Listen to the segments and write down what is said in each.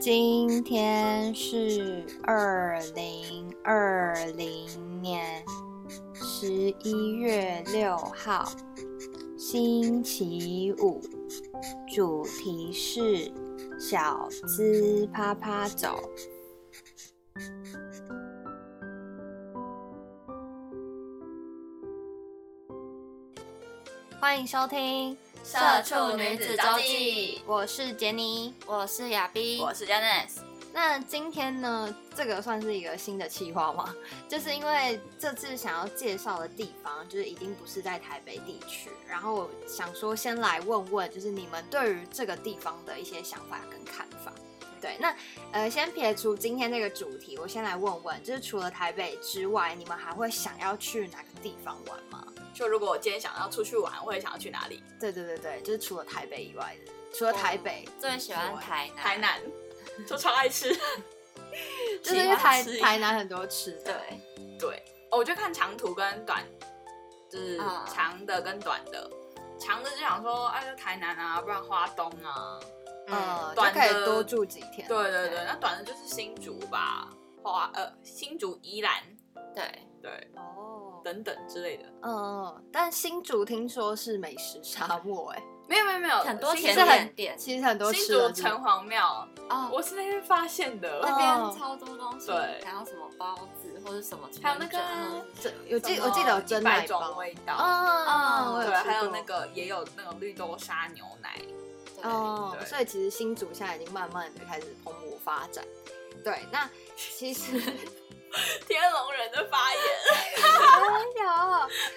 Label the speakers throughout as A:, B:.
A: 今天是二零二零年十一月六号，星期五，主题是小资啪啪走。欢迎收听《
B: 社畜女子周记》，
A: 我是杰尼，
B: 我是亚斌，
C: 是 Janice，
A: 那今天呢，这个算是一个新的企划吗？ 就是因为这次想要介绍的地方，就是已经不是在台北地区，然后我想说先来问问，就是你们对于这个地方的一些想法跟看法。
B: 嗯
A: 对，那呃，先撇除今天这个主题，我先来问问，就是除了台北之外，你们还会想要去哪个地方玩吗？
D: 就如果我今天想要出去玩，我会想要去哪里？
A: 对对对对，就是除了台北以外的，除了台北，
B: 最喜欢台南，
D: 台南， 就超爱吃，
A: 就是因为台
D: 喜欢吃
A: 台南很多吃的，
D: 对对，哦我就看长途跟短，就是
B: 啊
D: 长的跟短的。长的就想说，啊，就台南啊，不然花东啊。
A: 嗯，就
D: 短
A: 可以
D: 的
A: 多住几天。
D: 对对对，那短的就是新竹吧，花呃新竹、宜兰，
B: 对，
D: 对
A: 哦，
D: 等等之类的。
A: 嗯，但新竹听说是美食沙漠、欸，
D: 没有没有没有，
B: 很多
D: 新
B: 甜
D: 竹
B: 点店
A: 其实很多
D: 新
A: 吃
D: 竹
A: 的
D: 城隍庙，
B: 哦，
D: 我是那天发现的。
B: 那
A: 哦
B: 边超多东西，
D: 对
B: 然后什么包子或者什么春卷，
D: 还有那个
B: 嗯
A: 这有记
D: 什么
A: 我记得有蒸奶
D: 100种
A: 包，
D: 味道，
A: 嗯，我有
D: 对，
A: 吃
D: 还有
A: 过
D: 那个也有那种绿豆沙牛奶，
B: 对
A: 哦，
D: 对
A: 所以其实新竹现在已经慢慢的开始蓬勃发展。对，那其实 哎
D: 天龙人的发言，
A: 有。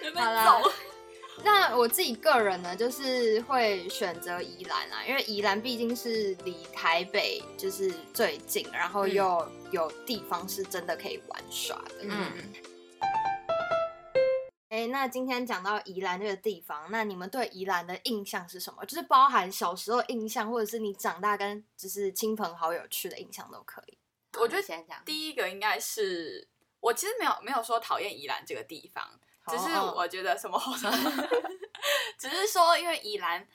D: 有被
A: 好啦
D: 揍。
A: 那我自己个人呢，就是会选择宜兰啊啦，因为宜兰毕竟是离台北就是最近，然后
D: 嗯
A: 又有地方是真的可以玩耍的。
B: 嗯，
A: 哎、那今天讲到宜兰这个地方，那你们对宜兰的印象是什么？就是包含小时候的印象，或者是你长大跟就是亲朋好友去的印象都可以。
D: 我觉得
B: 好你先讲，
D: 第一个应该是我其实没有没有说讨厌宜兰这个地方，只是
A: 哦
D: 我觉得什么， 只是说因为宜兰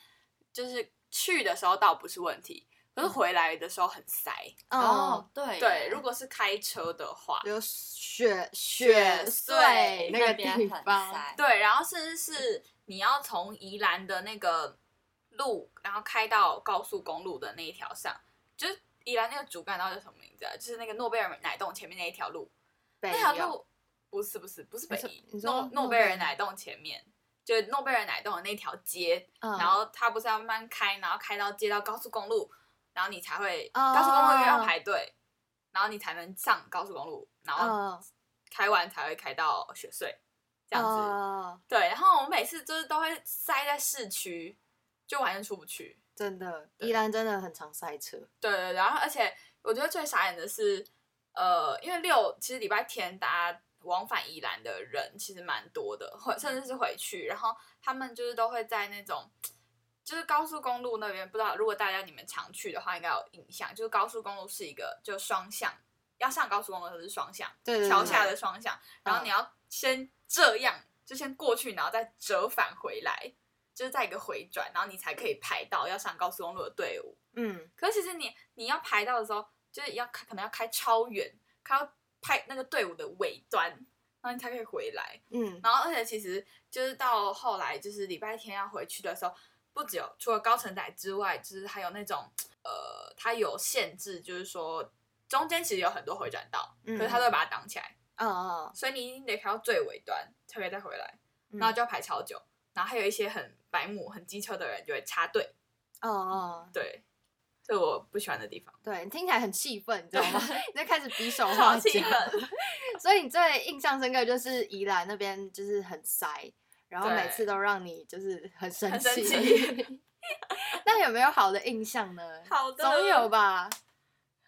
D: 就是去的时候倒不是问题，可是
A: 嗯
D: 回来的时候很塞。
A: 哦，
B: 哦，对
D: 对，如果是开车的话，
A: 有雪雪
D: 雪
A: 穗
D: 穗
A: 那个
B: 边
A: 地
B: 很
A: 方，
B: 塞，
D: 对，然后甚至是你要从宜兰的那个路，然后开到高速公路的那一条上，就是宜兰那个主干道叫什么名字啊？就是那个诺贝尔奶洞前面那一条路，
A: 北
D: 那条
A: 有
D: 路不是不是不是北
A: 你说
D: 宜，
A: 你说
D: 诺
A: 诺
D: 诺
A: 贝
D: 贝
A: 尔
D: 尔奶洞前面，就是诺贝尔奶洞的那条街，
A: 嗯
D: 然后它不是要慢慢开，然后开到接到高速公路，然后你才会、
A: 哦
D: 高速公路又要排队，然后你才能上高速公路，然后
A: 嗯
D: 开完才会开到雪穗，这样子。
A: 哦
D: 对，然后我每次就是都会塞在市区，就完全出不去。
A: 真的，
D: 对
A: 宜兰真的很常塞车。
D: 对对，对然后而且我觉得最傻眼的是，呃，因为六其实礼拜天大家往返宜兰的人其实蛮多的，或甚至是回去，然后他们就是都会在那种。就是高速公路那边，不知道如果大家你们常去的话，应该有印象。就是高速公路是一个就双向，要上高速公路的时候是双向，
A: 对对对
D: 桥下的双向，然后
A: 嗯
D: 你要先这样，就先过去，然后再折返回来，就是在一个回转，然后你才可以排到要上高速公路的队伍。
A: 嗯，
D: 可是其实你你要排到的时候，就是要开可能要开超远，开到拍那个队伍的尾端，然后你才可以回来。
A: 嗯，
D: 然后而且其实就是到后来就是礼拜天要回去的时候，不只有除了高承载之外，就是还有那种呃，它有限制，就是说中间其实有很多回转道，
A: 嗯
D: 可是它都会把它挡起来。
A: 嗯嗯
D: 所以你一定得开到最尾端才可以再回来，
A: 嗯
D: 然后就要排超久。然后还有一些很白目、很机车的人就会插队，
A: 嗯嗯，
D: 对，这是我不喜欢的地方。
A: 对，你听起来很气愤，你知道吗？ 你就开始比手画
D: 超
A: 脚
D: 气。愤，
A: 所以你最印象深刻就是宜兰那边就是很塞，然后
D: 对
A: 每次都让你就是很生
D: 很生
A: 气。
D: 气
A: 那有没有好的印象呢？
D: 好的
A: 总有吧，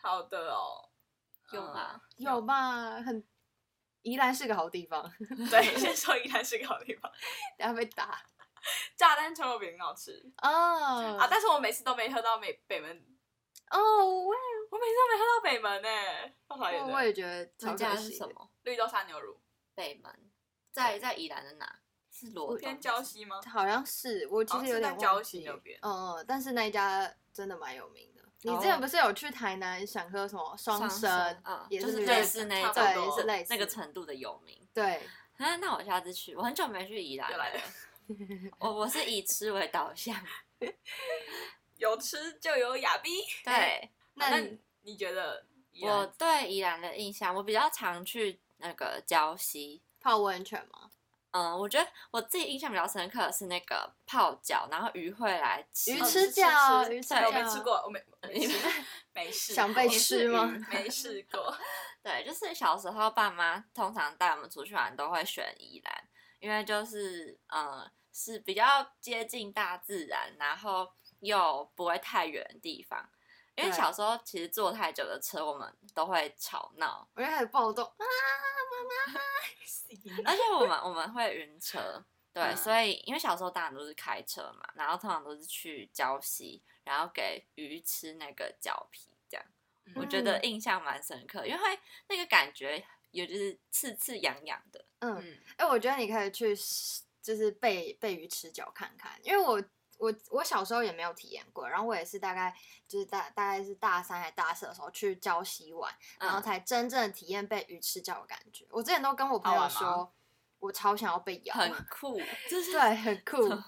D: 好的哦，
E: 有吧
D: 嗯？
A: 有吧，很。宜兰是个好地方，
D: 对，先说宜兰是个好地方，
A: 等下被打
D: 炸弹葱油饼很好吃
A: 哦
D: 啊！但是我每次都没喝到北北门，
A: 哦，我
D: 我每次都没喝到北门呢，超讨
A: 也
D: 厌
A: 我
D: 的。
A: 也觉得超
E: 你
A: 可
E: 家是
A: 惜的
E: 什。么？
D: 绿豆沙牛乳，
E: 北门，在在宜兰的哪？是罗
D: 偏
E: 郊
D: 礁。溪吗？
A: 好像是，我其
D: 好像
A: 实
D: 是
A: 有点
D: 在礁
A: 忘
D: 溪
A: 记
D: 那边
A: 嗯嗯，但是那一家真的蛮有名的。你之前
E: 哦
A: 不是有去台南想喝什么双
E: 生
A: 生
E: 啊，
A: 也
E: 就是
A: 绿
E: 类
A: 豆
E: 似那一
D: 差
E: 种
D: 不多
A: 对，也是
E: 的
A: 类似
E: 那个程度的有名。
A: 对，
E: 啊，那我下次去，我很久没去宜兰
D: 又来
E: 了
D: 了。
E: 我我是以吃为导向，
D: 有吃就有雅碧。
E: 对
D: 好
A: 那
D: 那
A: 你
D: 你觉得宜兰？
E: 我对宜兰的印象，我比较常去那个礁溪。
A: 泡温泉吗？
E: 嗯，我觉得我自己印象比较深刻的是那个泡脚，然后鱼会来吃
A: 鱼
D: 哦
A: 吃
D: 吃
A: 饺，
D: 吃
A: 鱼吃
E: 对
D: 我
A: 饺，
D: 没吃过，我没没
E: 你
D: 吃
E: 们
D: 没事，
A: 想被
D: 我
A: 吃吗
D: 是鱼没试过，
E: 对，就是小时候爸妈通常带我们出去玩都会选宜兰，因为就是呃是比较接近大自然，然后又不会太远的地方。因为
A: 对
E: 小时候其实坐太久的车，我们都会吵闹，
A: 我就开始暴动啊！
E: 而且我们我们会晕车。对，
D: 嗯
E: 所以因为小时候当然都是开车嘛，然后通常都是去礁溪，然后给鱼吃那个脚皮，这样、我觉得印象蛮深刻，因为那个感觉也就是刺刺痒痒的。
A: 嗯，
D: 嗯，
A: 哎，我觉得你可以去就是被被鱼吃饺看看，因为我。我我小时候也没有体验过，然后我也是大概就是大大概是大三还大四的时候去礁溪玩，然后
E: 嗯
A: 才真正的体验被鱼吃掉的感觉。我之前都跟我朋
D: 好
A: 友
D: 玩吗
A: 说，我超想要被咬，
E: 很酷，就是
A: 对，很酷，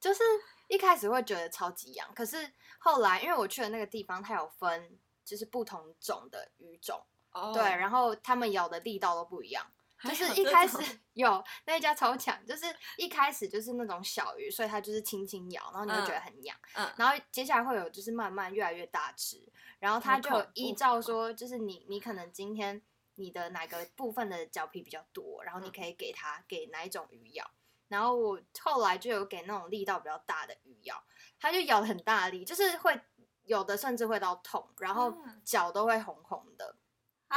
A: 就是一开始会觉得超级痒，可是后来因为我去的那个地方，它有分就是不同种的鱼种，
E: 哦
A: 对，然后他们咬的力道都不一样。就
E: 还
A: 是
E: 有
A: 一
E: 这
A: 开始
E: 种
A: 有那一家超强，就是一开始就是那种小鱼，所以它就是轻轻咬，然后你会觉得
E: 嗯
A: 很痒。
E: 嗯
A: 然后接下来会有就是慢慢越来越大只，然后它
E: 好
A: 就
E: 恐
A: 有依
E: 怖哦
A: 照说，就是你你可能今天你的哪个部分的脚皮比较多，然后你
E: 嗯
A: 可以给它给哪一种鱼咬。然后我后来就有给那种力道比较大的鱼咬，它就咬得很大力，就是会有的甚至会到痛，然后
E: 啊
A: 脚都会红红的。
D: 啊，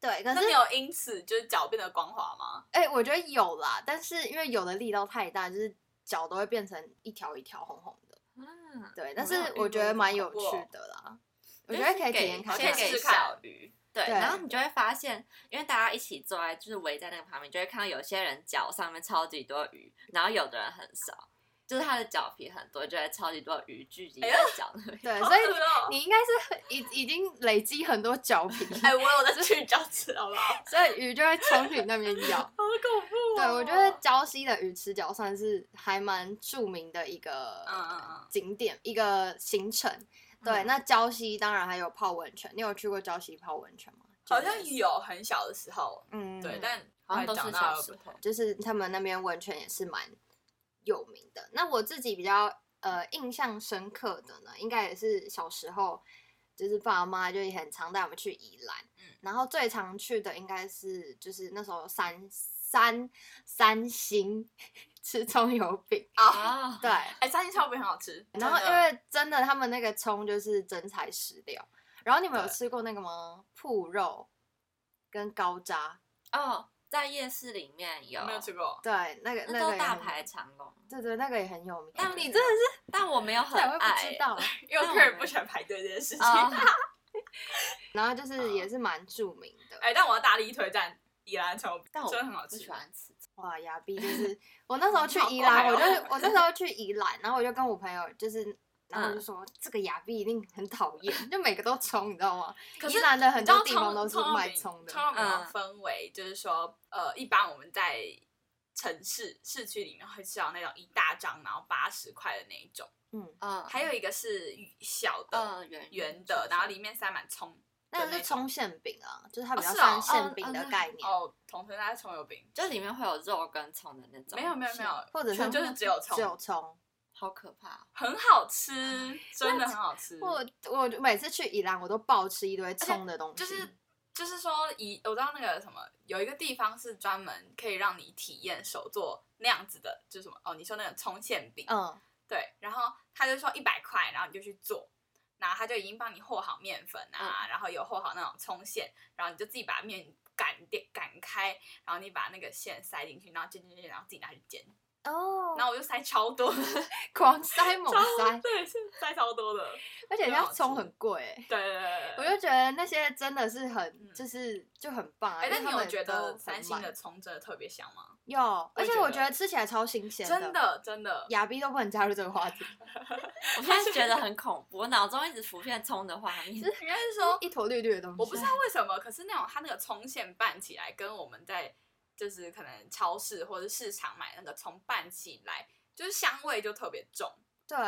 A: 对，可
D: 那
A: 是
D: 你有因此就是脚变得光滑吗？
A: 哎、我觉得有啦，但是因为有的力道太大，就是脚都会变成一条一条红红的。
E: 啊，
A: 对，但
D: 没有
A: 是
D: 遇
A: 我
D: 过
A: 觉得
D: 这
A: 蛮
D: 种
A: 有
D: 不过
A: 趣的啦，我
E: 就
A: 觉得
E: 是
A: 可以体
E: 给
A: 验看
E: 先
A: 看。
D: 可以
E: 给
D: 试看
E: 小鱼，对，
A: 对
E: 然后你就会发现，因为大家一起坐在就是围在那个旁边，就会看到有些人脚上面超级多鱼，然后有的人很少，就是他的脚皮很多，就会超级多鱼聚集在脚那 边。
A: 对，
D: 好
A: 所以
D: 恶哦
A: 你你应该是很已已经累积很多脚皮，
D: 哎，我有在去脚趾，好不好？
A: 所以鱼就会冲去你那边咬。
D: 好恐怖哦！
A: 对，我觉得礁溪的鱼吃脚算是还蛮著名的一
D: 嗯嗯
A: 个
D: 嗯
A: 景点，一个行程。对，
E: 嗯
A: 那礁溪当然还有泡温泉，你有去过礁溪泡温泉吗？
D: 好
A: 就是
D: 像有很小的时候，
A: 嗯，
D: 对，但
E: 好像都
D: 后来
E: 是
D: 长大
E: 小
D: 了
E: 时候，
A: 就是他们那边温泉也是蛮有名的。那我自己比较呃印象深刻的呢，应该也是小时候，就是爸妈就也很常带我们去宜兰，
D: 嗯
A: 然后最常去的应该是就是那时候三三三星 吃葱油饼，
E: 哦，
A: 对。
D: 哎，三星烧饼很好吃，
A: 嗯然后
D: 真
A: 因
D: 的
A: 为真的他们那个葱就是真材实料，然后你们有
D: 对
A: 吃过那个吗？铺肉跟高渣，
E: 哦，在夜市里面有，
D: 没有吃过，
A: 对，那个
E: 那
A: 个
E: 都
A: 也
E: 大
A: 很
E: 排长龙，
A: 对对，那个也很有名。
E: 但
A: 你
E: 是
A: 真的是
E: 但我没有很
A: 怎么会不
E: 爱
A: 知。道？
D: 因为我
E: 那
D: 个人
E: 我
D: 不喜欢排队这件事情。
E: 哦，
A: 然后就是也是蛮著名的。
D: 嗯哎，但我要大力推荐宜兰葱油饼
E: 但，我
D: 真的很好
E: 不
D: 吃，
E: 喜欢吃。
A: 哇，亚碧就是我那时候去宜
D: 好
A: 兰，
D: 怪哦
A: 我就我那时候去宜兰，然后我就跟我朋友就是。然
D: 嗯
A: 后我就说、这个亚碧一定很讨厌，就每个都冲，你知道吗？
D: 可
A: 宜
D: 是
A: 兰的很
D: 你知道
A: 多地方都是
D: 葱
A: 卖葱
D: 葱
A: 的
D: 葱油饼的
E: 嗯
D: 氛围就是说，呃，一般我们在城市市区里面会吃到那种一大张，然后八十块的那一种。
A: 嗯，
E: 嗯，
D: 还有一个是小的、
E: 嗯圆
D: 圆的，
E: 小
D: 然后里面塞满葱
A: 那个
D: 那
A: 是
D: 种
A: 葱馅饼啊，就是它
D: 哦
A: 比较
D: 是哦
A: 像馅饼
D: 哦
A: 的
D: 那
A: 概念，
D: 哦，同城大葱油饼，
B: 就里面会有肉跟葱的那种。
D: 没有没有没有，，
A: 或者是
D: 全就是只有葱
A: 只，有葱。
B: 好可
E: 哦
B: 怕、
D: 很 好吃，真的很好吃。
A: 我我每次去宜兰，我都暴吃一堆葱的东西，
D: 就是就是说，以我知道那个什么，有一个地方是专门可以让你体验手做那样子的，就是什么哦，你说那个葱馅饼，
A: 嗯，
D: 对，然后他就说一百块，然后你就去做，然后他就已经帮你和好面粉
A: 嗯
D: 啊，然后有和好那种葱馅，然后你就自己把面擀掉擀开，然后你把那个馅塞进去，然后煎煎煎，然后自己拿去煎，
A: 哦，
D: 然后我就塞超多，
A: 狂 塞猛
D: 超
A: 塞，
D: 对，是塞超多的，
A: 而且人
D: 很
A: 家
D: 好吃
A: 葱很贵、欸，
D: 对对对对
A: 我
D: 对。
A: 就觉得那些真的是很
D: 嗯
A: 就是就很棒啊。
D: 哎、
A: 因为
D: 但你
A: 他们
D: 有觉
A: 都
D: 得
A: 很
D: 三星
A: 慢
D: 的葱真的特别香吗？
A: 有，而且
D: 觉
A: 我
D: 得
A: 觉得吃起来超新鲜
D: 真的真的，
A: 亚逼都不能加入这个话题，
B: 我现在觉得很恐怖，我脑中一直浮现葱的画面。
D: 应该是说
A: 一坨绿绿的东西。
D: 我不知道为什么，可是那种它那个葱馅拌起来，跟我们在就是可能超市或者市场买那个葱拌起来，就是香味就特别重。
A: 对，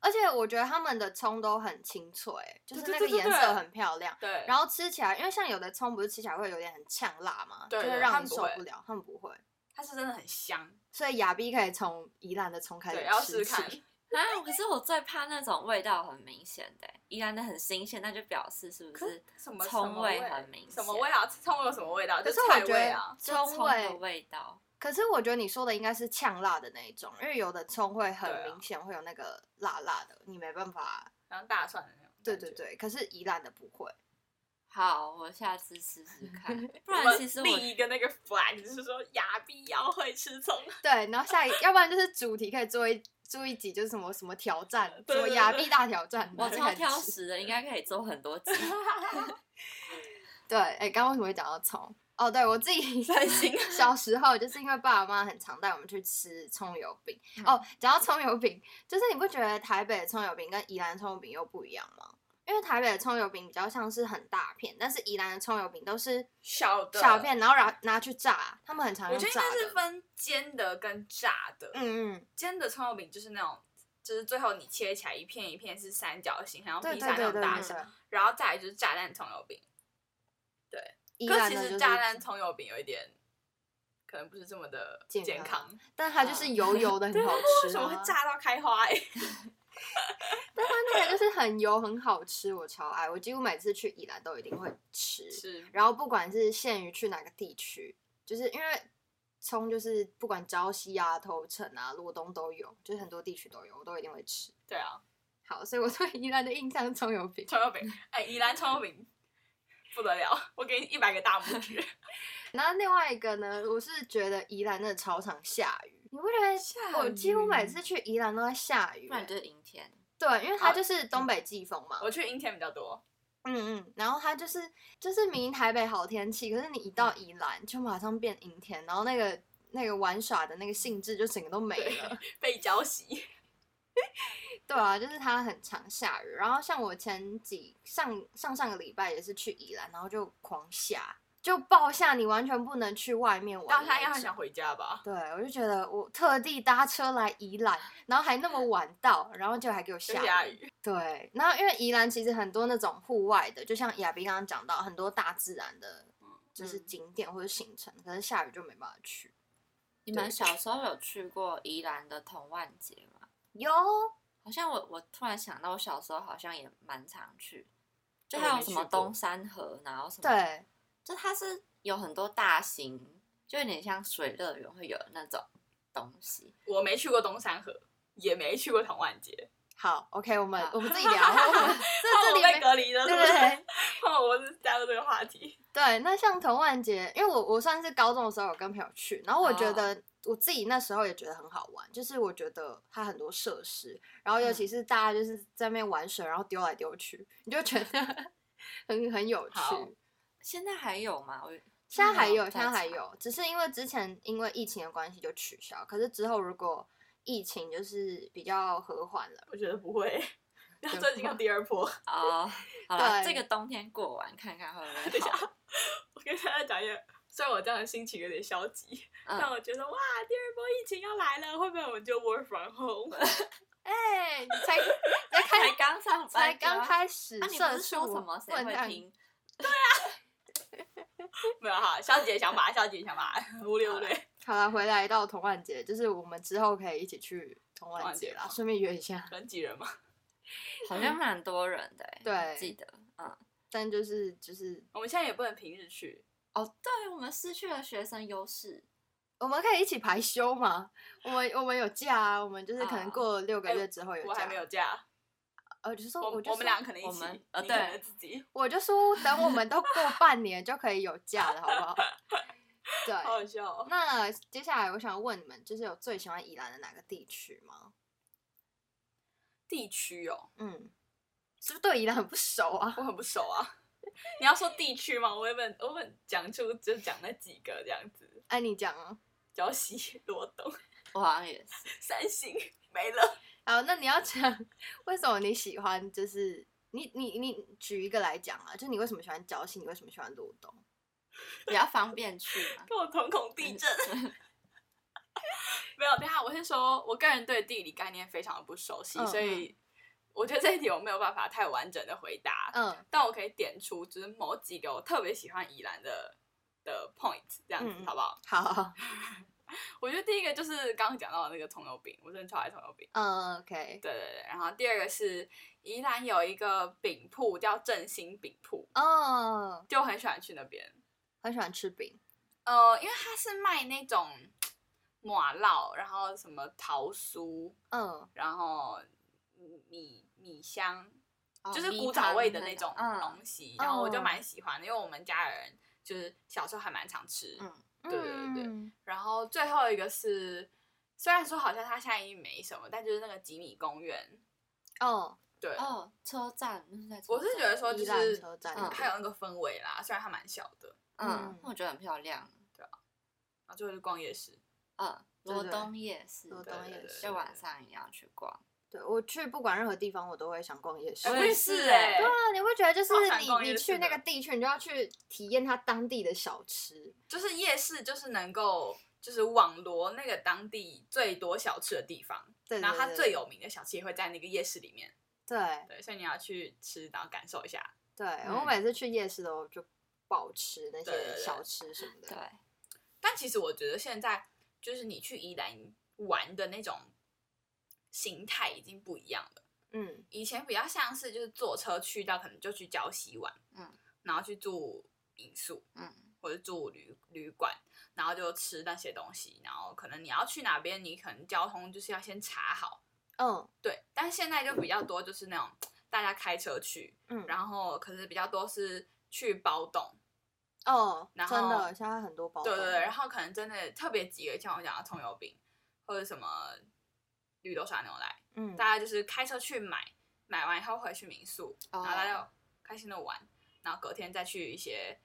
A: 而且我觉得他们的葱都很清脆，就是
D: 对
A: 那个
D: 对对对
A: 颜色
D: 对
A: 很漂亮。
D: 对，
A: 然后吃起来，因为像有的葱不是吃起来会有点很呛辣嘛，
D: 对
A: 就
D: 对
A: 会
D: 他
A: 让
D: 们
A: 你
D: 不
A: 受
D: 会
A: 不了。他们不会，
D: 它是真的很香，
A: 所以亚逼可以从宜兰的葱开始
D: 对，要
A: 吃
D: 试试看。
A: 起。
B: 啊！可是我最怕那种味道很明显的、欸宜兰的很新鲜，那就表示是不
D: 可
B: 是
D: 什么
B: 葱味
D: 味
B: 很明显？
D: 什么味？啊？葱有什么味道？
A: 可
D: 就是
A: 我
D: 菜
A: 觉
D: 味
A: 得
D: 啊。
B: 就葱
A: 味
B: 的味道。
A: 可是我觉得你说的应该是呛辣的那一种，因为有的葱会很
D: 对啊
A: 明显会有那个辣辣的，你没办法。
D: 然后大蒜的那种。
A: 对对。对，可是宜兰的不会。
B: 好，我下次试 试看。不
D: 我
B: 然
D: 们
B: 其实
D: 另
B: 我
D: 一个那个 flag 就是说，牙必要会吃葱，
A: 对，然后下一，要不然就是主题可以做一做一集，就是什么什么挑战，什
D: 对
A: 么
D: 对
A: 亚
D: 对
A: 庇大挑战，
B: 我
A: 就
B: 超
A: 开始
B: 挑
A: 吃
B: 食的，应该可以做很多 集。
A: 对，哎、刚刚为什么会讲到葱？哦，对我自己
D: 三星
A: 小时候就是因为爸爸妈妈很常带我们去吃葱油饼。
D: 嗯
A: 哦，讲到葱油饼，就是你不觉得台北的葱油饼跟宜兰葱油饼又不一样吗？因为台北的葱油饼比较像是很大片，但是宜兰的葱油饼都是
D: 小的
A: 小片，然后拿拿去炸，他们很常
D: 我
A: 用
D: 觉得
A: 炸
D: 应该是
A: 的。
D: 分煎的跟炸的。
A: 嗯嗯，
D: 煎的葱油饼就是那种，就是最后你切起来一片一片是三角形，然后
A: 对
D: 披
A: 对
D: 萨
A: 对对
D: 那种大
A: 对
D: 小，
A: 对，
D: 然后再来就是炸弹葱油饼。
A: 宜
D: 可
A: 兰
D: 其
A: 的就
D: 实
A: 是
D: 炸弹葱油饼有一点，可能不是这么的
A: 健
D: 健
A: 康
D: 康，
A: 但它就是油油 的，很好
D: 嗯为
A: 吃、
D: 什
A: 啊。
D: 么会 炸到开花、欸？
A: 但它那个就是很油，很好吃，我超爱。我几乎每次去宜兰都一定会吃。
D: 是
A: 然后不管是限于去哪个地区，就是因为葱就是不管礁溪啊、头城啊、罗东都有，就是很多地区都有，我都一定会吃。
D: 对啊，
A: 好，所以我对宜兰的印象是葱油饼。
D: 葱油饼，哎、宜兰葱油饼不得了，我给你一百个大拇指。
A: 然后另外一个呢，我是觉得宜兰真的超常下雨，你不觉得？我几乎每次去宜兰都在下雨
B: 不然
A: 欸、
B: 就是嗯哦阴天。
A: 对，因为它
D: 哦
A: 就是东北季风嘛。
D: 我去阴天比较多，
A: 嗯嗯，然后它就是就是明明台北好天气，可是你一到
B: 嗯
A: 宜兰就马上变阴天，然后那个那个玩耍的那个兴致就整个都没
D: 对
A: 了。
D: 被浇洗。
A: 对啊，就是它很常下雨，然后像我前几上上上个礼拜也是去宜兰，然后就狂下，就暴下，你完全不能去外面玩那
D: 到
A: 种。
D: 他应该很想回家吧？
A: 对，我就觉得我特地搭车来宜兰，然后还那么晚到，然后就还给我
D: 就
A: 下
D: 下雨，
A: 对，然后因为宜兰其实很多那种户外的，就像亚斌刚刚讲到，很多大自然的，就是
B: 嗯
A: 景点或者行程，可是下雨就没办法去。
B: 你们小时候有去过宜兰的童万节吗？
A: 有，
B: 好像我我突然想到，我小时候好像也蛮常去，就
D: 我
B: 还有
D: 没
B: 什
D: 去
B: 么
D: 过
B: 东山河，然后什么，
A: 对，
B: 就它是有很多大型，就有点像水乐园会有那种东西。
D: 我没去过东山河，也没去过童万节，
A: 好，OK，我们
B: 好
A: 我们自己聊， 我们这
D: 换
A: 这
D: 我
A: 里
D: 被
A: 面
D: 隔离了，是不
A: 对
D: 是？ 换我是加入这个话题。
A: 对，那像童万节，因为我我算是高中的时候有跟朋友去，然后我觉
B: 哦
A: 得我自己那时候也觉得很好玩，就是我觉得它很多设施，然后尤其
B: 嗯
A: 是大家就是在那边玩水，然后丢来丢去，你就觉 得很很有趣。
D: 好
B: 现在还有吗？我
A: 现在还有，
B: 在
A: 现在还
B: 查
A: 有，只是因为之前因为疫情的关系就取消，可是之后如果疫情就是比较和缓了，
D: 我觉得不会，
A: 真
D: 然后
A: 的
D: 最近有第二波。
B: 哦。好了，
A: 对
B: 这个冬天过完看看会不
D: 等
B: 会
D: 一下
B: 好。
D: 我跟大家讲一个，虽然我这样的心情有点消极，但
B: 嗯，
D: 我觉得哇，第二波疫情要来了，会不会我们就 work from home？
A: 哎、你才才开
B: 才刚上班，
A: 才刚。开始
B: 啊，你不
A: 社
B: 是
A: 畜，
B: 说什么谁
A: 混
B: 会
A: 蛋
B: 听？
D: 没有哈，消极的想法，消极的想法，忽略忽略。
A: 好了，回来到童万节，就是我们之后可以一起去童
D: 童
A: 万
D: 万
A: 节
D: 节
A: 啦
D: 吗，
A: 顺便约一下。
D: 人挤人嘛，
E: 好像蛮多人的、欸，
A: 嗯对
E: 记得。
B: 嗯
A: 但就是就是，
D: 我们现在也不能平日去，
E: 哦，对，我们失去了学生优势。
A: 我们可以一起排休嘛？我们我们有假啊，我们就是可能
E: 啊
A: 过六个
D: 哎
A: 月之后有假。
D: 我还没有假，
A: 呃，就是说
D: 我
A: 就
D: 我们
A: 说
D: 俩可能一
E: 我
D: 起
E: 们，呃
D: 你可
E: 对
D: 能自己，
A: 我就说等我们都过半年就可以有假了，好不好？对，
D: 好好笑 哦。
A: 那接下来我想问你们，就是有最喜欢宜兰的哪个地区吗？
D: 地区哦，
A: 嗯，是不是对宜兰很不熟啊？
D: 我很不熟啊。你要说地区吗？我原本我本讲出就讲那几个这样子，
A: 哎，你讲啊。
D: 礁溪、罗东、
E: 我好像也是，
D: 三星没了。
A: 好，那你要讲为什么你喜欢，就是你你你举一个来讲啊，就你为什么喜欢礁溪，你为什么喜欢罗东？
E: 比较方便去嘛。
D: 跟我瞳孔 地 震。没有，等一下我是说，我个人对地理概念非常的不熟悉，
A: 嗯
D: 所以我觉得这一题我没有办法太完整的回答。
A: 嗯
D: 但我可以点出就是某几个我特别喜欢宜兰的的 point，这样子、
A: 嗯嗯
D: 好不好？
A: 好好，好
D: 我觉得第一个就是刚刚讲到的那个葱油饼，我真的超爱葱油饼。
A: 嗯，OK，
D: 对对对，然后第二个是宜兰有一个饼铺叫振兴饼铺，
A: 哦，
D: 就很喜欢去那边。
A: 很喜欢吃饼，
D: 呃，因为它是卖那种马烙，然后什么桃酥，
A: 嗯
D: 然后米米香，
E: 哦
D: 就是
E: 米
D: 古早味的
E: 汤
D: 那
E: 那
D: 种
E: 种嗯
D: 东西，然后我就蛮喜欢的，因为我们家人就是小时候还蛮常吃。
E: 嗯
D: 对对对对。
A: 嗯
D: 然后最后一个是，虽然说好像它现在已经没什么，但就是那个吉米公园，
A: 哦，
D: 对，
E: 哦，车站，那是在车
D: 我是
E: 站
D: 觉得说就
A: 宜兰
D: 是
A: 车站
E: 嗯
D: 还有那个氛围啦，虽然它蛮小的，
E: 嗯
A: 嗯，
E: 我觉得很漂亮。
D: 然后最后就逛夜市，
E: 嗯，
A: 对
E: 罗
A: 对
E: 东夜市，
A: 罗
E: 对
A: 东
E: 对
A: 夜
E: 对
A: 市
E: 就晚上也要去逛。
A: 对我去不管任何地方，我都会想逛夜市。
E: 我
D: 我
E: 也
D: 也
E: 是
D: 是
E: 欸
D: 哎、
A: 对啊，你会觉得就是
D: 超想逛
A: 你你
D: 夜
A: 去
D: 市
A: 那
D: 的
A: 个地区，你就要去体验它当地的小吃。
D: 就是夜市就是能够就是网罗那个当地最多小吃的地方，
A: 对对
D: 然后它
A: 对
D: 最有名的小吃也会在那个夜市里面，
A: 对
D: 对，所以你要去吃，然后感受一下。
A: 对，我
E: 嗯
A: 每次去夜市都就暴吃那
D: 对对
A: 些
D: 对
A: 小吃什么的。
E: 对，
D: 但其实我觉得现在就是你去宜兰玩的那种形态已经不一样了，
A: 嗯
D: 以前比较像是就是坐车去到，可能就去礁溪玩，
E: 嗯，
D: 然后去住民宿，
E: 嗯，
D: 或者住旅旅馆，然后就吃那些东西，然后可能你要去哪边，你可能交通就是要先查好，
A: 嗯
D: 对，但现在就比较多就是那种大家开车去，
A: 嗯，
D: 然后可是比较多是去包栋，
A: 哦，
D: 然
A: 真
D: 后
A: 的，现在很多包
D: 对对
A: 装
D: 对，然后可能真的特别几个，像我讲的葱油饼或者什么绿豆沙牛奶，
A: 嗯
D: 大家就是开车去买，买完以后回去民宿，然
E: 哦
D: 后大家
A: 哦
D: 就开心的玩，然后隔天再去一些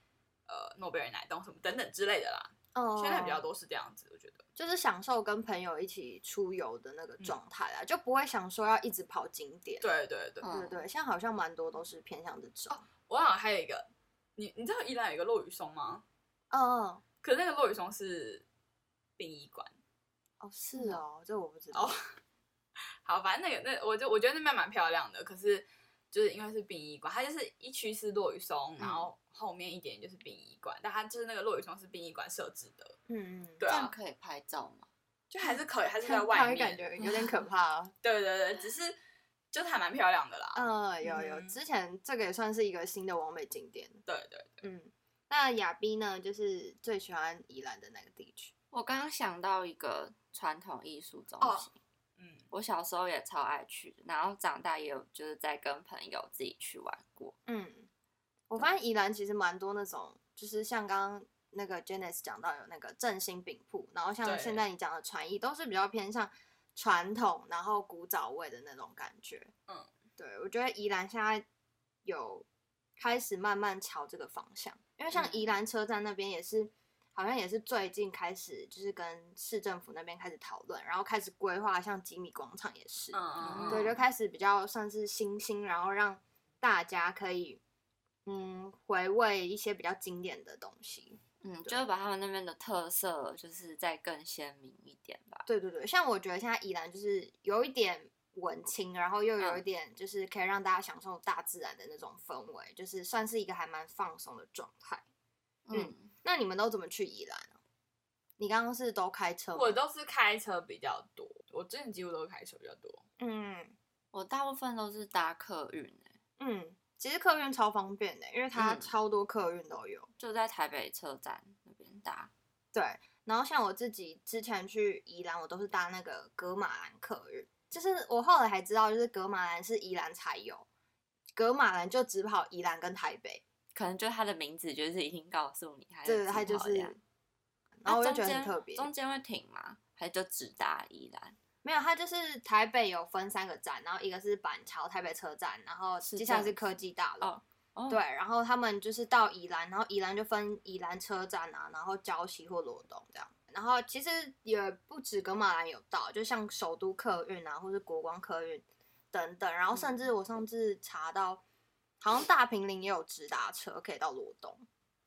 D: 呃诺贝尔奶冻什么等等之类的啦，
A: 哦，
D: 现在比较多是这样子，我觉得。
A: 就是享受跟朋友一起出游的那个状态啊，就不会想说要一直跑景点。
D: 嗯对对对，
A: 对
E: 嗯
A: 对，现在好像蛮多都是偏向这种。
D: 我好像还有一个，你你知道宜兰有一个落雨松吗？哦
A: 嗯嗯
D: 可是那个落雨松是殡仪馆。
A: 哦，是哦，这我不知道
D: 哦。好，反正那个那我就我觉得那边蛮漂亮的，可是就是因为是殡仪馆，它就是一区是落雨松，然后后面一点就是殡仪馆，但它就是那个落雨松是殡仪馆设置的，
A: 嗯嗯，
D: 对
E: 这样
D: 啊，
E: 可以拍照吗？
D: 就还是可以，还是在
A: 看
D: 外
A: 看
D: 面，
A: 感觉有点可怕啊。
D: 对对对，只是就是还蛮漂亮的啦，
A: 嗯，有有，
D: 嗯
A: 之前这个也算是一个新的完美景点。
D: 对对对，
A: 嗯，那亚逼呢，就是最喜欢宜兰的那个地区。
E: 我刚刚想到一个传统艺术中
D: 哦
E: 心，
D: 嗯，
E: 我小时候也超爱去的，然后长大也有就是在跟朋友自己去玩过。
A: 嗯，我发现宜兰其实蛮多那种，就是像刚刚那个 Janice 讲到有那个振兴饼铺，然后像
D: 对
A: 现在你讲的传艺，都是比较偏向传统，然后古早味的那种感觉。
D: 嗯，
A: 对，我觉得宜兰现在有开始慢慢朝这个方向，因为像
E: 嗯
A: 宜兰车站那边也是。好像也是最近开始，就是跟市政府那边开始讨论，然后开始规划，像吉米广场也是，
D: 嗯嗯嗯，
A: 对，就开始比较算是新兴，然后让大家可以嗯回味一些比较经典的东西。
E: 嗯，就是把他们那边的特色，就是再更鲜明一点吧。
A: 对对对，像我觉得现在宜兰就是有一点文青，然后又有一
E: 嗯
A: 点就是可以让大家享受大自然的那种氛围，就是算是一个还蛮放松的状态。嗯
E: 嗯，
A: 那你们都怎么去宜兰啊？你刚刚是都开车吗？
D: 嗯我都是开车比较多，我之前几乎都是开车比较多。
A: 嗯
E: 我大部分都是搭客运、欸，
A: 嗯，其实客运超方便的，因为它
E: 嗯
A: 超多客运都有。
E: 就在台北车站那边搭。
A: 对，然后像我自己之前去宜兰，我都是搭那个格马兰客运，就是我后来才知道，就是格马兰是宜兰才有，格马兰就只跑宜兰跟台北，
E: 可能就它的名字就是已经告诉你，它
A: 对，
E: 哎只
A: 它就
E: 跑
A: 是
E: 这样，
A: 然后我
E: 那中
A: 就觉得很
E: 间
A: 特别。
E: 中间会停吗？还就只搭宜兰？
A: 没有，它就是台北有分三个站，然后一个是板桥台北车站，然后
E: 是这
A: 接下来
E: 样
A: 是
E: 子
A: 科技大楼。
E: 哦哦
A: 对，然后他们就是到宜兰，然后宜兰就分宜兰车站啊，然后礁溪或罗东这样。然后其实也不止格马兰有到，就像首都客运啊，或是国光客运等等。然后甚至我上次查到，好像大平林也有直达车可以到罗东，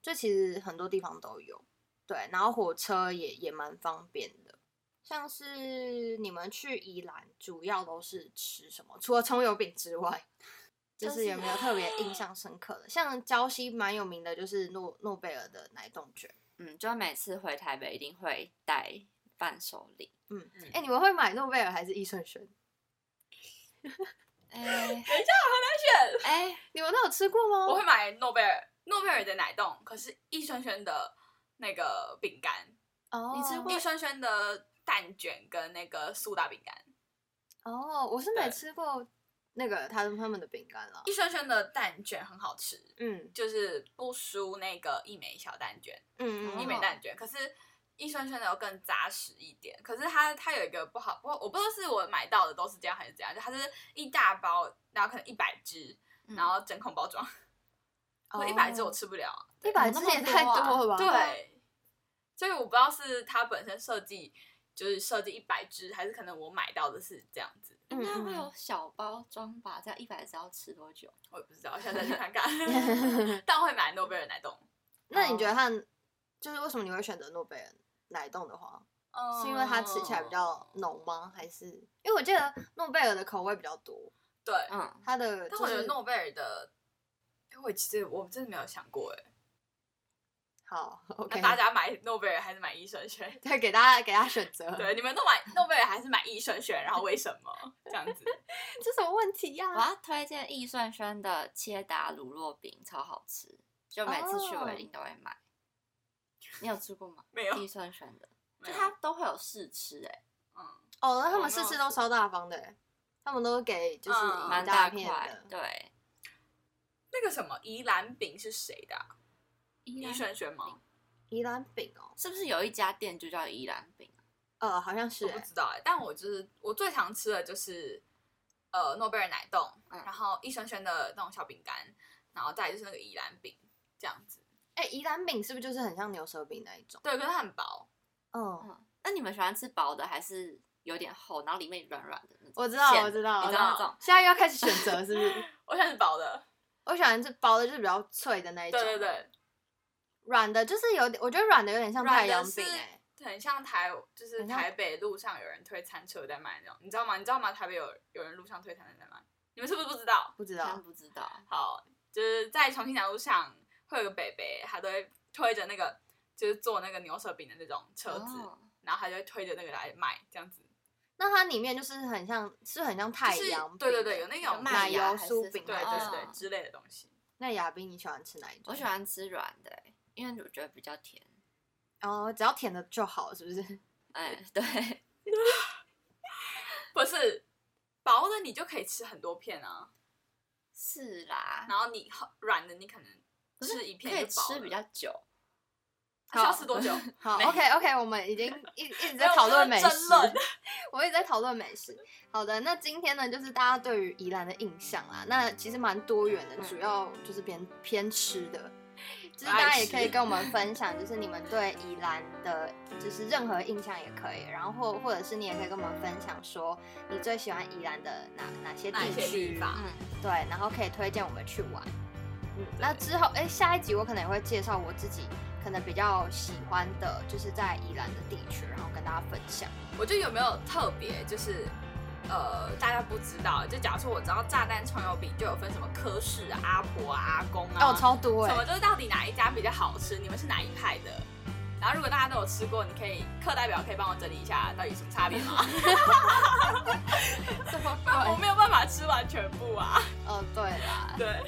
A: 就其实很多地方都有。对，然后火车也也蛮方便的。像是你们去宜兰，主要都是吃什么？除了葱油饼之外，就
E: 就是
A: 是有没有特别印象深刻的？像礁溪蛮有名的，就是诺诺贝尔的奶冻卷。
E: 嗯，就每次回台北一定会带伴手礼。
A: 嗯，哎、你们会买诺贝尔还是益顺轩？
E: 哎、欸、
D: 而且
E: 哎、
A: 你们都有吃过
D: 我
A: 吗？
D: 会买诺贝尔诺贝尔的奶冻，可是益轩轩的那个饼干，
A: 哦，
E: 你吃过
D: 益轩轩的蛋卷跟那个苏打饼干，
A: 哦，我是没
D: 对
A: 吃过那个他们他们的饼干了。
D: 益轩轩的蛋卷很好吃，
A: 嗯
D: 就是不输那个一枚小蛋卷。
A: 嗯嗯，
D: 一
E: 你
D: 美
E: 没
D: 蛋卷，可是益轩轩的要更扎实一点。可是它它有一个不好，不过我不知道是我买到的都是这样还是怎样，就它是一大包，然后可能一百只，
E: 嗯
D: 然后真空包装，我
A: 哦
D: 一百只我吃不了，
A: 一百只也太
E: 啊
A: 多了吧？
D: 对，所以我不知道是它本身设计就是设计一百只，还是可能我买到的是这样子，
A: 嗯，
E: 应该会
A: 嗯
E: 有小包装吧？这样一百只要吃多久？
D: 我也不知道，下次再去 看看。但我会买诺贝尔奶冻，
A: 那你觉得他就是为什么你会选择诺贝尔奶冻的话，是因为它吃起来比
D: 嗯
A: 较浓吗？还是哦因为我记得诺贝尔的口味比较多，
D: 对，
E: 嗯，
A: 它的
D: 但
A: 就
D: 我觉
A: 是
D: 得诺贝尔的，哎我其实我真的没有想过哎。
A: 好 OK，
D: 那 大家买诺贝尔还是买益生轩？
A: 对给大家给大家选择，
D: 对，你们都买诺贝尔还是买益生轩？然后为什么这样子？
A: 这什么问题呀、
E: 我要推荐易顺轩的切达乳酪饼，超好吃，就每次去我一定都会买。
A: 哦
E: 你有吃过吗？
D: 没有
E: 易顺轩的，
D: 没
E: 就
D: 有
E: 它都会有试吃、哎，
D: 嗯，
A: 哦，那他们
D: 我没
A: 试
D: 有
A: 吃都
D: 吃
A: 超大方的欸，他们都给就是
D: 嗯
A: 一
E: 蛮
A: 哦
E: 块
A: 大片的，，
E: 对，
D: 那个什么宜兰饼是谁的啊？
E: 宜
D: 益
E: 兰
D: 生轩吗？
A: 宜兰饼哦，
E: 是不是有一家店就叫宜兰饼？
A: 呃，好像是
D: 我不
A: 欸，
D: 知道哎、但我就是我最常吃的就是呃诺贝尔奶冻，
E: 嗯
D: 然后益生轩的那种小饼干，然后再来就是那个宜兰饼这样子。
A: 哎、宜兰饼是不是就是很像牛舌饼那一种？
D: 对，可是它很薄，
A: 嗯，
E: 嗯，那你们喜欢吃薄的还是有点厚，然后里面软软的那种馅？
A: 我知道，我知道，
E: 你
A: 我
E: 知道那种？
A: 现在又要开始选 择是不是？
D: 我想是薄的。
A: 我喜欢这薄的，就是比较脆的那一种，
D: 对对对，
A: 软的就是有点，我觉得软的有点像太
D: 软
A: 阳
D: 的是
A: 饼哎、
D: 很像台，就是
A: 很像
D: 台北路上有人推餐车在卖那种，你知道吗？你知道吗？台北有有人路上推餐车在卖，你们是不是不知道？
A: 不知
E: 真
A: 道
E: 不知道。
D: 好，就是在重庆南路上会有个北北，他都会推着那个就是做那个牛舌饼的那种车子，
E: 哦
D: 然后他就会推着那个来卖，这样子。
A: 那它里面就是很像，是很像太
D: 就是
A: 阳饼的、
D: 对对对，有那种
E: 有
A: 奶
E: 麦
A: 油
E: 芽还是
A: 酥
E: 什
A: 饼
D: 对
A: 那
D: 对
A: 种，
D: 对对
E: 哦
D: 之类的东西。
A: 那雅冰你喜欢吃哪一种？
E: 我喜欢吃软的、哎因为我觉得比较甜。
A: 哦，只要甜的就好，是不是？
E: 哎、对，
D: 不是薄的你就可以吃很多片啊，
E: 是啦，
D: 然后你软的你可能
E: 可是
D: 吃一片
E: 可以
D: 就饱了。
E: 吃比较久。
D: 需要吃多久？
A: 好
D: 没
A: ，OK OK，我们已 经一一直在
D: 没有
A: 讨论美食
D: 这是争论，
A: 我一直在讨论美食。好的，那今天呢，就是大家对于宜兰的印象啦，那其实蛮多元的，
D: 嗯
A: 主要就是偏偏吃的。就是大家也可以跟我们分享，就是你们对宜兰的，就是任何印象也可以，然后或或者是你也可以跟我们分享说你最喜欢宜兰的哪哪些地
D: 哪一些
A: 区
D: 地方？
E: 嗯，
A: 对，然后可以推荐我们去玩。嗯，
D: 对
A: 那之后，哎，下一集我可能也会介绍我自己可能比较喜欢的，就是在宜兰的地区，然后跟大家分享。
D: 我觉得有没有特别，就是呃大家不知道，就假如说我知道炸弹葱油饼就有分什么科室啊、阿婆啊、阿公啊，
A: 哦，超多哎
D: 什、么就是到底哪一家比较好吃，你们是哪一派的？然后如果大家都有吃过，你可以课代表可以帮我整理一下到底有什么差别吗？
A: 这 么贵
D: 我没有办法吃完全部啊。
A: 哦，对啦。
D: 对，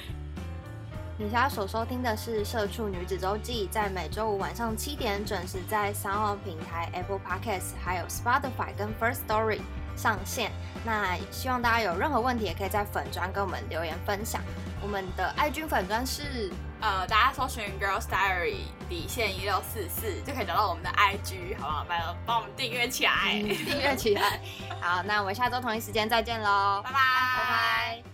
A: 你现在所收听的是《社畜女子周记》，在每周五晚上七点准时在三号平台、Apple Podcasts、还有 Spotify 跟 First Story 上线。那希望大家有任何问题，也可以在粉砖跟我们留言分享。我们的爱君粉砖是
D: 呃，大家搜寻 Girls Diary 底线一六四四就可以找到我们的 IG，好不好？拜托，帮我们订阅
A: 嗯
D: 起来，
A: 订阅起来。好，那我们下周同一时间再见喽，
D: 拜拜，拜
A: 拜拜。